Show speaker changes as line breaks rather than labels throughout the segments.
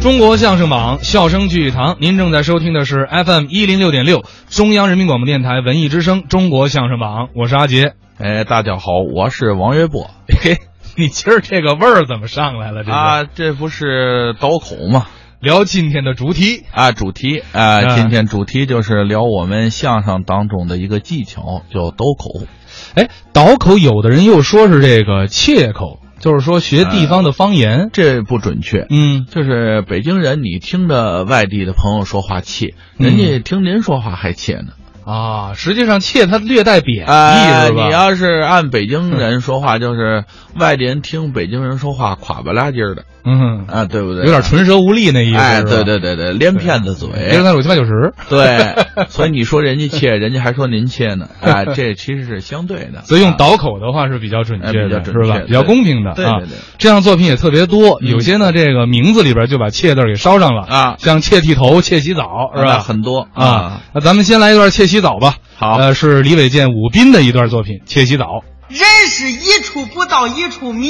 中国相声榜，笑声聚一堂。您正在收听的是 FM 一零六点六，中央人民广播电台文艺之声《中国相声榜》，我是阿杰。
哎，大家好，我是王月波
嘿，你今儿这个味儿怎么上来了？这个、
啊，这不是刀口吗？
聊今天的主题，
啊，主题啊，
嗯
今天主题就是聊我们相声当中的一个技巧，叫刀口。
哎，倒口有的人又说是这个切口，就是说学地方的方言。
这不准确，
嗯，
就是北京人，你听着外地的朋友说话切，
嗯
人家听您说话还切呢。
啊，实际上切它略带贬义、
哎，
是吧？
你要是按北京人 说话，就是外地人听北京人说话垮不拉几儿的
嗯，
啊，对不对？
有点唇舌无力那意思。
哎，
是吧
对，对对对，连骗子嘴。
别人三十五七八九十。
对，所以你说人家切，人家还说您切呢，啊，这其实是相对的，
所以用
啊
倒口的话是比较准确
哎
的，
比较准确
是吧？
对
比较公平的
对
啊
对对。
这样作品也特别多，有些呢这个名字里边就把“妾”字儿给捎上了
啊
像“妾剃头”“妾洗澡”是
那
吧？
很多
啊，，那咱们先来一段“妾洗澡”吧。
好
呃，是李伟健、武斌的一段作品《妾洗澡》。
人是一处不到一处迷，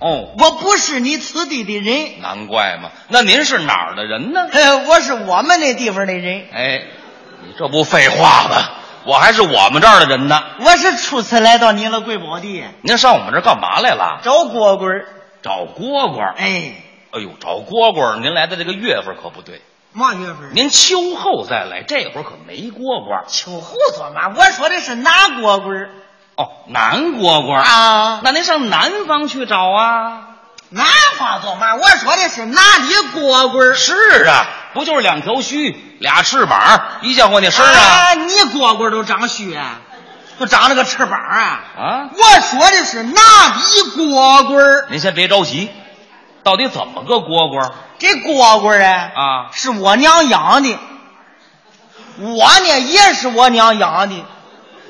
哦，
我不是你此地的人，
难怪嘛。那您是哪儿的人呢？
呃，我是我们那地方的人，
哎，你这不废话吗？我还是我们这儿的人呢。
我是初次来到您了贵宝地
您上我们这儿干嘛来了？
找蝈蝈儿，
找蝈蝈。哎
哎，
呦，找蝈蝈儿！您来的这个月份可不对，
嘛月份？
您秋后再来，这会儿可没蝈蝈。
秋后说嘛，我说的是哪蝈蝈儿
哦，南蝈蝈。
啊？
那您上南方去找啊？
南方说嘛，我说的是哪里蝈蝈儿？
是啊，不就是两条须、俩翅膀、一家伙那身儿啊？
啊，你蝈蝈儿都长须啊，都长了个翅膀啊？
啊，
我说的是哪里蝈蝈儿？
您先别着急，到底怎么个蝈蝈儿
这蝈蝈儿啊？
啊？
是我娘养的，我呢也是我娘养的，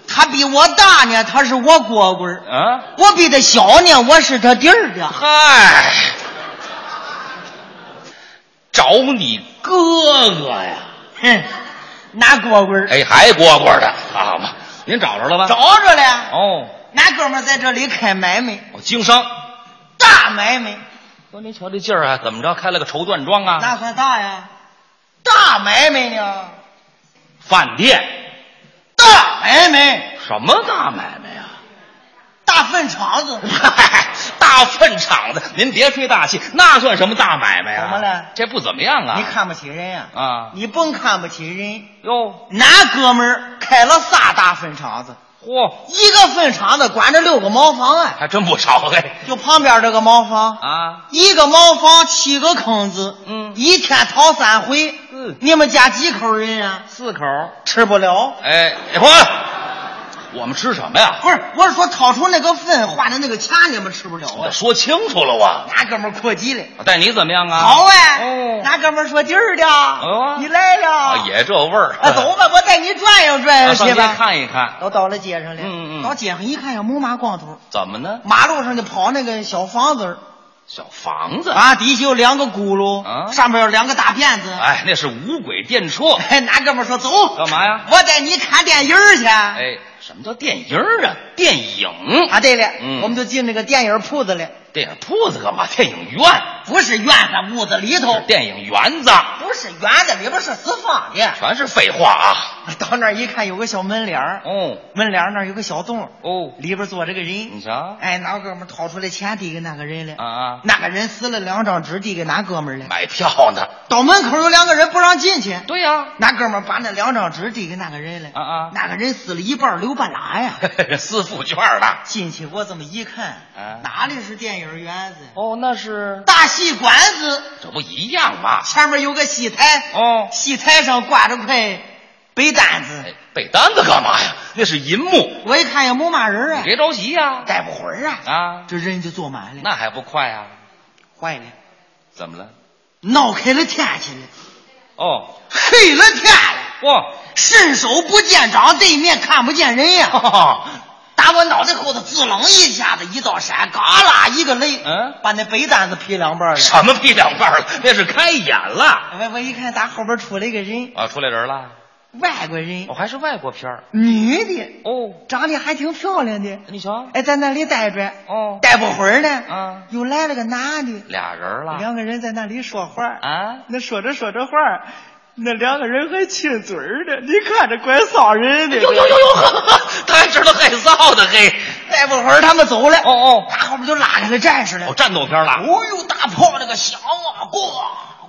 他比我大呢，他是我蝈蝈儿
啊？
我比他小呢，我是他弟儿的。
嗨，找你哥哥呀！
哼，拿蝈蝈儿
哎，还蝈蝈的，好嘛？您找着了吧？
找着了，
哦，
俺哥们儿在这里开买卖，
我经商。
大买卖，
说您瞧这劲儿啊，怎么着开了个绸缎庄啊？
那算大呀？大买卖呢？
饭店？
大买卖，
什么大买卖呀、
大粪场子。
嗨，大粪场子，您别吹大气，那算什么大买卖呀、
怎么了
这不怎么样啊？
你看不起人呀、
啊
你甭看不起人，
哟，
俺哥们儿开了仨大粪场子。
嚯，
一个粪场子管着六个茅房啊，
还真不少哎！
就旁边这个茅房，
啊，
一个茅房七个坑子，
嗯
一天掏三回，
嗯
你们家几口人啊？
四口。
吃不了，
哎，哎嚯，我们吃什么呀？
不是，我是说掏出那个粪花的那个钱，你们吃不了
我
啊
得。说清楚了我，
那哥们儿阔极了，
我带你怎么样啊？
好哎
哦，
那哥们儿说弟儿的，
哦
你来
啊
了，
也这味儿。
啊， 走吧，我带你转悠转
啊，
悠
上
去
街
吧。
看一看，
都到了街上了，
嗯嗯嗯
到街上一看呀，没嘛光头，
怎么呢？
马路上就跑那个小房子儿。
小房 子，
啊，底下有两个轱辘，
啊
上面有两个大辫子。
哎，那是无轨电 车。
哎，那哥们儿说走，
干嘛呀？
我带你看电影儿去。哎，
哎，什么叫电影儿啊？电影
啊，对了，
嗯
我们就进那个电影铺子了，
电影铺子干嘛？电影院，
不是院子屋子里头，
是电影园 子，
不是院子里边 是四方的。
全是废话啊！
到那儿一看，有个小门帘儿，
哦
门帘儿那儿有个小洞，
哦，
里边坐着个
你
人。
瞧
哎，那哥们儿掏出来钱递给那个人了，
嗯啊，
那个人撕了两张纸递给那哥们儿了。
买票呢？
到门口有两个人不让进去，
对呀，
那哥们儿把那两张纸递给那个人了。
啊啊
那个人撕了一半儿留半拉呀。
私付券的。
进去我这么一看，
啊
哪里是电影院子？
哦，那是
大戏馆子，
这不一样吗？
前面有个戏台，
哦，
戏台上挂着块被单子
哎。，背单子干嘛呀？那是银幕，
我一看也没嘛人啊，
你别着急呀、
待不会儿啊，
啊，
这人就坐满了。
那还不快啊？
坏了，
怎么了？
闹开了天去了，
哦，
黑了天了，
哇，
伸手不见掌，对面看不见人 呀、打我脑袋后头滋楞一下子，一道闪，嘎啦一个雷，
嗯
把那被单子劈两半了。
什么屁两半了？那是开眼了
我我一看，打后边出来一个人，
啊！出来人了
外国人
我、，还是外国片儿
女的，
哦，
长得还挺漂亮的，
你瞧，
哎，在那里待着，
哦，
待不会儿呢，
啊，
又来了个男的，
俩人了
两个人在那里说话，
啊，
那说着说着话，那两个人还亲嘴儿呢，你看着怪臊人的。
哎呦呦呦呦，呵呵他还知道害臊呢，嘿，
待不会儿他们走了，
哦哦，
大后边就拉开了战士了
哦，。战斗片儿了，
哦呦，大炮那个响啊，咣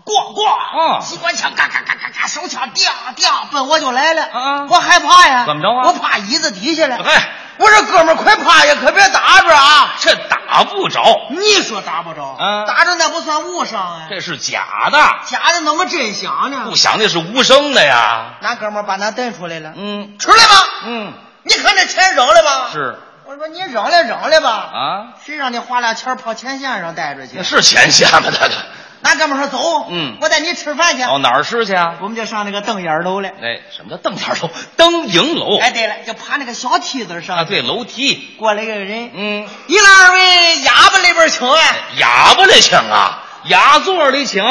咣咣，
哦
机关枪嘎嘎嘎嘎嘎，手枪叮叮，奔我就来了。
啊
我害怕呀。
怎么着啊哎
我趴椅子底下了。
嗨，
我说哥们儿，快趴下，可别打着啊！
这打不着，
你说打不着，
啊
打着那不算误伤啊。
这是假的，
假的怎么真响呢
不？想那是无声的呀。
那哥们儿把那蹬出来了，
嗯
出来吧。
嗯，
你看这钱扔了吧？。
是
我说你扔来扔来吧，
啊，
谁让你花俩钱跑前线上待着去
那？是钱下吗？那个
那哥们儿说走，
嗯
我带你吃饭去。
哦，哪儿是去啊？
我们就上那个瞪眼楼了。
哎，什么叫瞪眼楼？灯影楼
哎，对了，就爬那个小梯子
啊，
上，
对，楼梯。
过来一个人，
嗯，
一来二位哑巴里边请啊！
哑巴里请啊，雅座里请。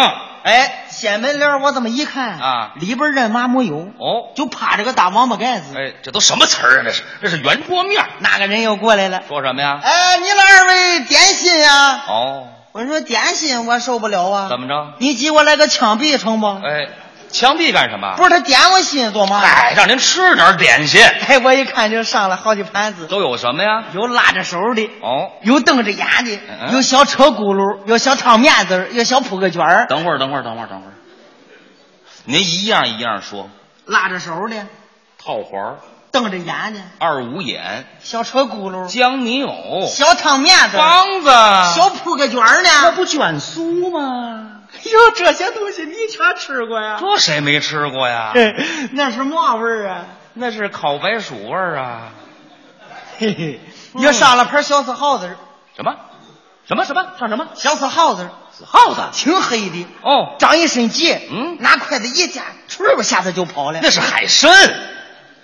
哎，掀门帘儿我这么一看
啊
里边人嘛没有，
哦，
就趴着个大王八盖子。
哎，这都什么词儿啊？这是这是圆桌面儿。
那个人又过来了，
说什么呀？
哎，你来二位点心呀、
哦，
我说点心我受不了啊，
怎么着？
你给我来个枪毙成不？
哎，枪毙干什么？
不是他点我心做嘛？
哎，让您吃点点心。
哎，我一看就上了好几盘子，
都有什么呀？
有拉着手的，
哦，
有瞪着眼的
嗯，嗯
有小车轱辘，有小汤面子儿，有小扑克卷儿，
等会儿，等会儿，等会儿，等会儿。您一样一样说，
拉着手的，
套环、
瞪着眼的，
二五眼、
小车轱辘，
江泥藕、
小汤面子儿，
梆子、
小扑克卷儿呢？
啊那不卷酥吗？啊
哟，这些东西你全吃过呀？
这谁没吃过呀？
嘿那是嘛味儿啊？
那是烤白薯味儿啊！
嘿嘿，
嗯
又上了盘小死耗子儿，
什么？什么什么？上什么？
小死耗子儿
死耗子？
挺黑的，
哦，
长一身结，
嗯
拿筷子一夹，唰吧下子就跑了。
那是海参，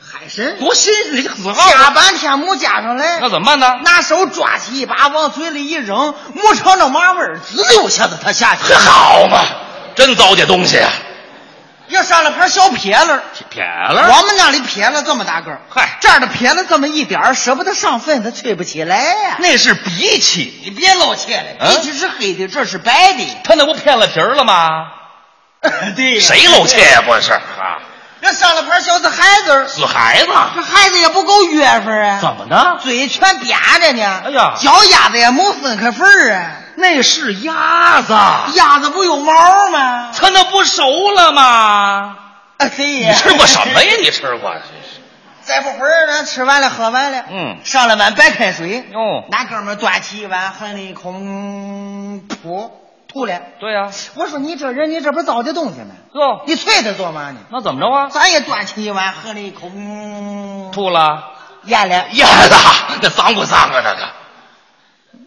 海参，
多新鲜！这个死耗
夹
子，
半天没夹上来
那，怎么办呢？
拿手抓起一把往嘴里一扔，没尝着嘛味儿，滋
哎
溜一下子他下去
呵，
了，
好嘛，真糟践东西啊！
又上了盘小撇子儿。
撇了，
我们那里撇子这么大个儿，
啊嗨
这儿的撇子这么一点儿，舍不得上粪，它吹不起来呀、
那是鼻涕，
你别露怯了，
嗯
鼻涕是黑的，这是白 的。
他那不骗了皮儿了吗？
对呀
谁露怯哎呀？不是啊，
这上了盘小子孩子儿，
死孩子
这孩子也不够月份啊，
么的？
嘴全瘪着呢。
哎呀
脚丫子也没分开缝儿啊。
那是鸭子，
鸭子不有毛吗？
他那不熟了 吗？
啊，对
你
呀。
吃过什么呀？你吃过？
再不会儿呢，吃完了喝完了，
嗯
上了碗白开水，
哟，
那哥们儿端起一碗，含了一口，嗯噗，吐了。
对呀、
我说你这人，你这不糟践东西吗？
哟，
你催他做嘛呢？
那怎么着啊？
咱也端起一碗，喝了一口，嗯，
吐了？
咽了，
鸭子，那脏不脏啊？那个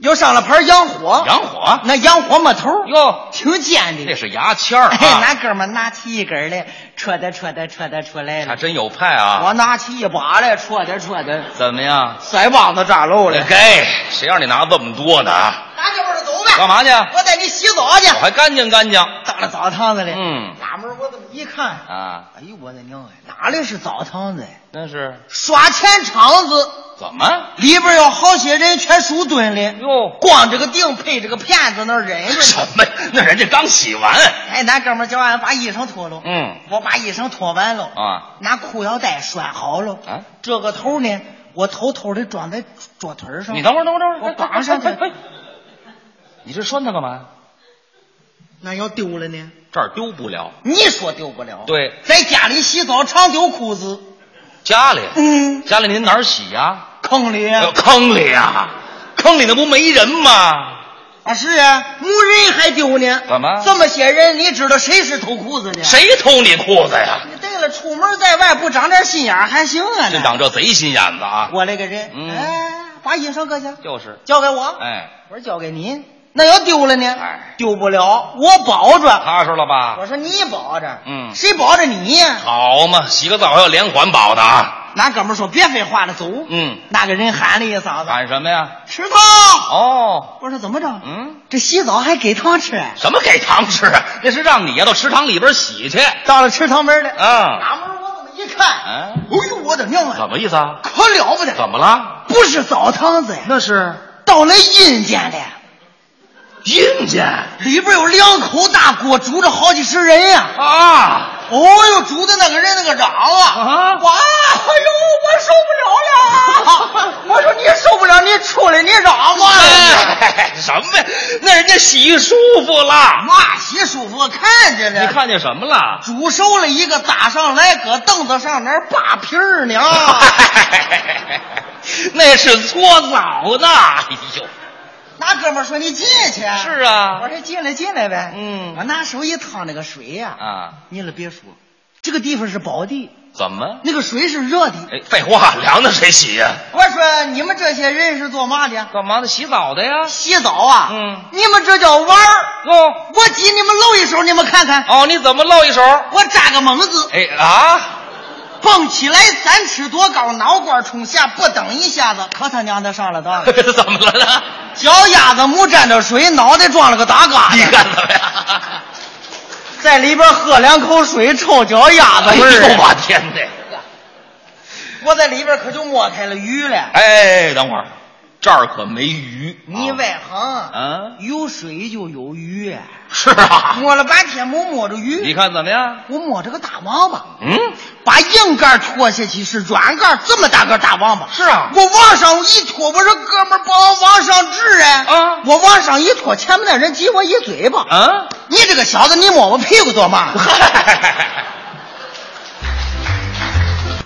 又上了盘洋火，
洋火，
那洋火没头，
哦哟，
挺尖
那
的。
是牙签 儿
哎，
啊，
那哥们儿拿起一根儿来，戳的戳的戳的出来
还
了。
真有派啊！
我拿起一把来，戳的戳的，
怎么样？
腮帮子炸漏了。
该，谁让你拿这么多呢？啊，
拿这会儿走
干
吧，
嘛去？
我带你洗澡去
我。还干净干净。
到了澡堂子里，
嗯
大门我这么一看，
啊，
哎呦我的娘呀，哪里是澡堂子呀？
那是
刷钱场子
怎么？
里边有好些人全熟蹲的，
哟，
光着个腚配着个片子那儿忍着呢。
什么？哎那人家刚洗完。
哎，那哥们儿叫俺把衣裳脱了，
嗯
我把衣裳脱完了，
啊
拿裤腰带拴好了，
啊，
这个头呢，我偷偷的装在桌腿儿上。
你等会儿，等会儿，等会儿，
我绑上去
哎。哎哎你这拴它干嘛呀？
那要丢了呢？
这儿丢不了，
你说丢不了？
嗯对，
在家里洗澡常丢裤子，
家里，
嗯，
家里您哪儿洗呀？
坑里。
呃坑里呀，坑里那不没人吗？
啊，是啊，没人还丢呢。
怎么
这么些人，你知道谁是偷裤子的？？
谁偷你裤子呀？
对了，出门在外不长点心眼儿还行啊？
这长这贼心眼子啊！
我勒个人，
嗯
哎，把衣裳搁下，
就是，
交给我。
哎，
我说交给你，那要丢了呢？
哎
丢不了，我保着。
踏实了吧？
我说你保着，
嗯
谁保着你呀？
好嘛，洗个澡还要连环保的啊？
那哥们儿说别废话了，走。
嗯，
那个人喊了一嗓子
喊什么呀？：“
吃糖
哦，！”
我说怎么着？
嗯，
这洗澡还给糖吃？啊
什么给糖吃啊？那是让你呀到池塘里边洗去。
到了池塘门了，
啊，
嗯哪门儿我怎么一一看，
哎
哎呦我的娘
怎
啊，
么意思啊？
可了不得！
怎么了？
不是澡堂子呀，
那是
到了阴间了，
阴间
里边有两口大锅，煮着好几十人呀、
啊！
哦呦，煮的那个人那个嚷啊！哇，哎呦，我受不了 了！我说你受不了，你出来，你嚷吧！
哎，什么呀？那人家洗舒服了。
那洗舒服，我看见了。
你，看见什么了？
煮熟了一个，打上来，搁凳子上那儿扒皮 儿呢。
那是搓澡呢。哎呦，
那哥们儿说你进去。
是啊
我说进来进来呗。
嗯
我拿手一烫那个水呀、
啊，
你了别说，这个地方是宝地，
怎么？
那个水是热的。
哎，废话，凉的谁洗呀、
我说你们这些人是做嘛的？
干嘛呢？洗澡的呀。
洗澡啊？
嗯
你们这叫玩儿。
哦
我挤你们露一手，你们看看，
哦，你怎么露一手？
我扎个猛子，
哎啊！
蹦起来三尺多高，脑瓜冲下，不等一下子，可他娘的上了 当了。
怎么了呢？
脚丫子没沾着水，脑袋撞了个大嘎
你
子，
看怎么样？
在里边喝两口水，臭脚丫子
哎呦
味儿啊。
我天哪！
我在里边可就摸开了鱼了。
哎，等会儿，这儿可没鱼。
你外行，
啊？
有水就有鱼，
是啊。
摸了半天没摸着鱼。
你看怎么样？
我摸着个大王八，
嗯，
把硬杆拖下去是软杆，这么大个大王八。
是啊。
我往上一拖，我说哥们儿帮我往上支哎。
啊
我往上一拖， 前面那人挤我一嘴巴。
啊。
你这个小子，你摸我屁股做嘛？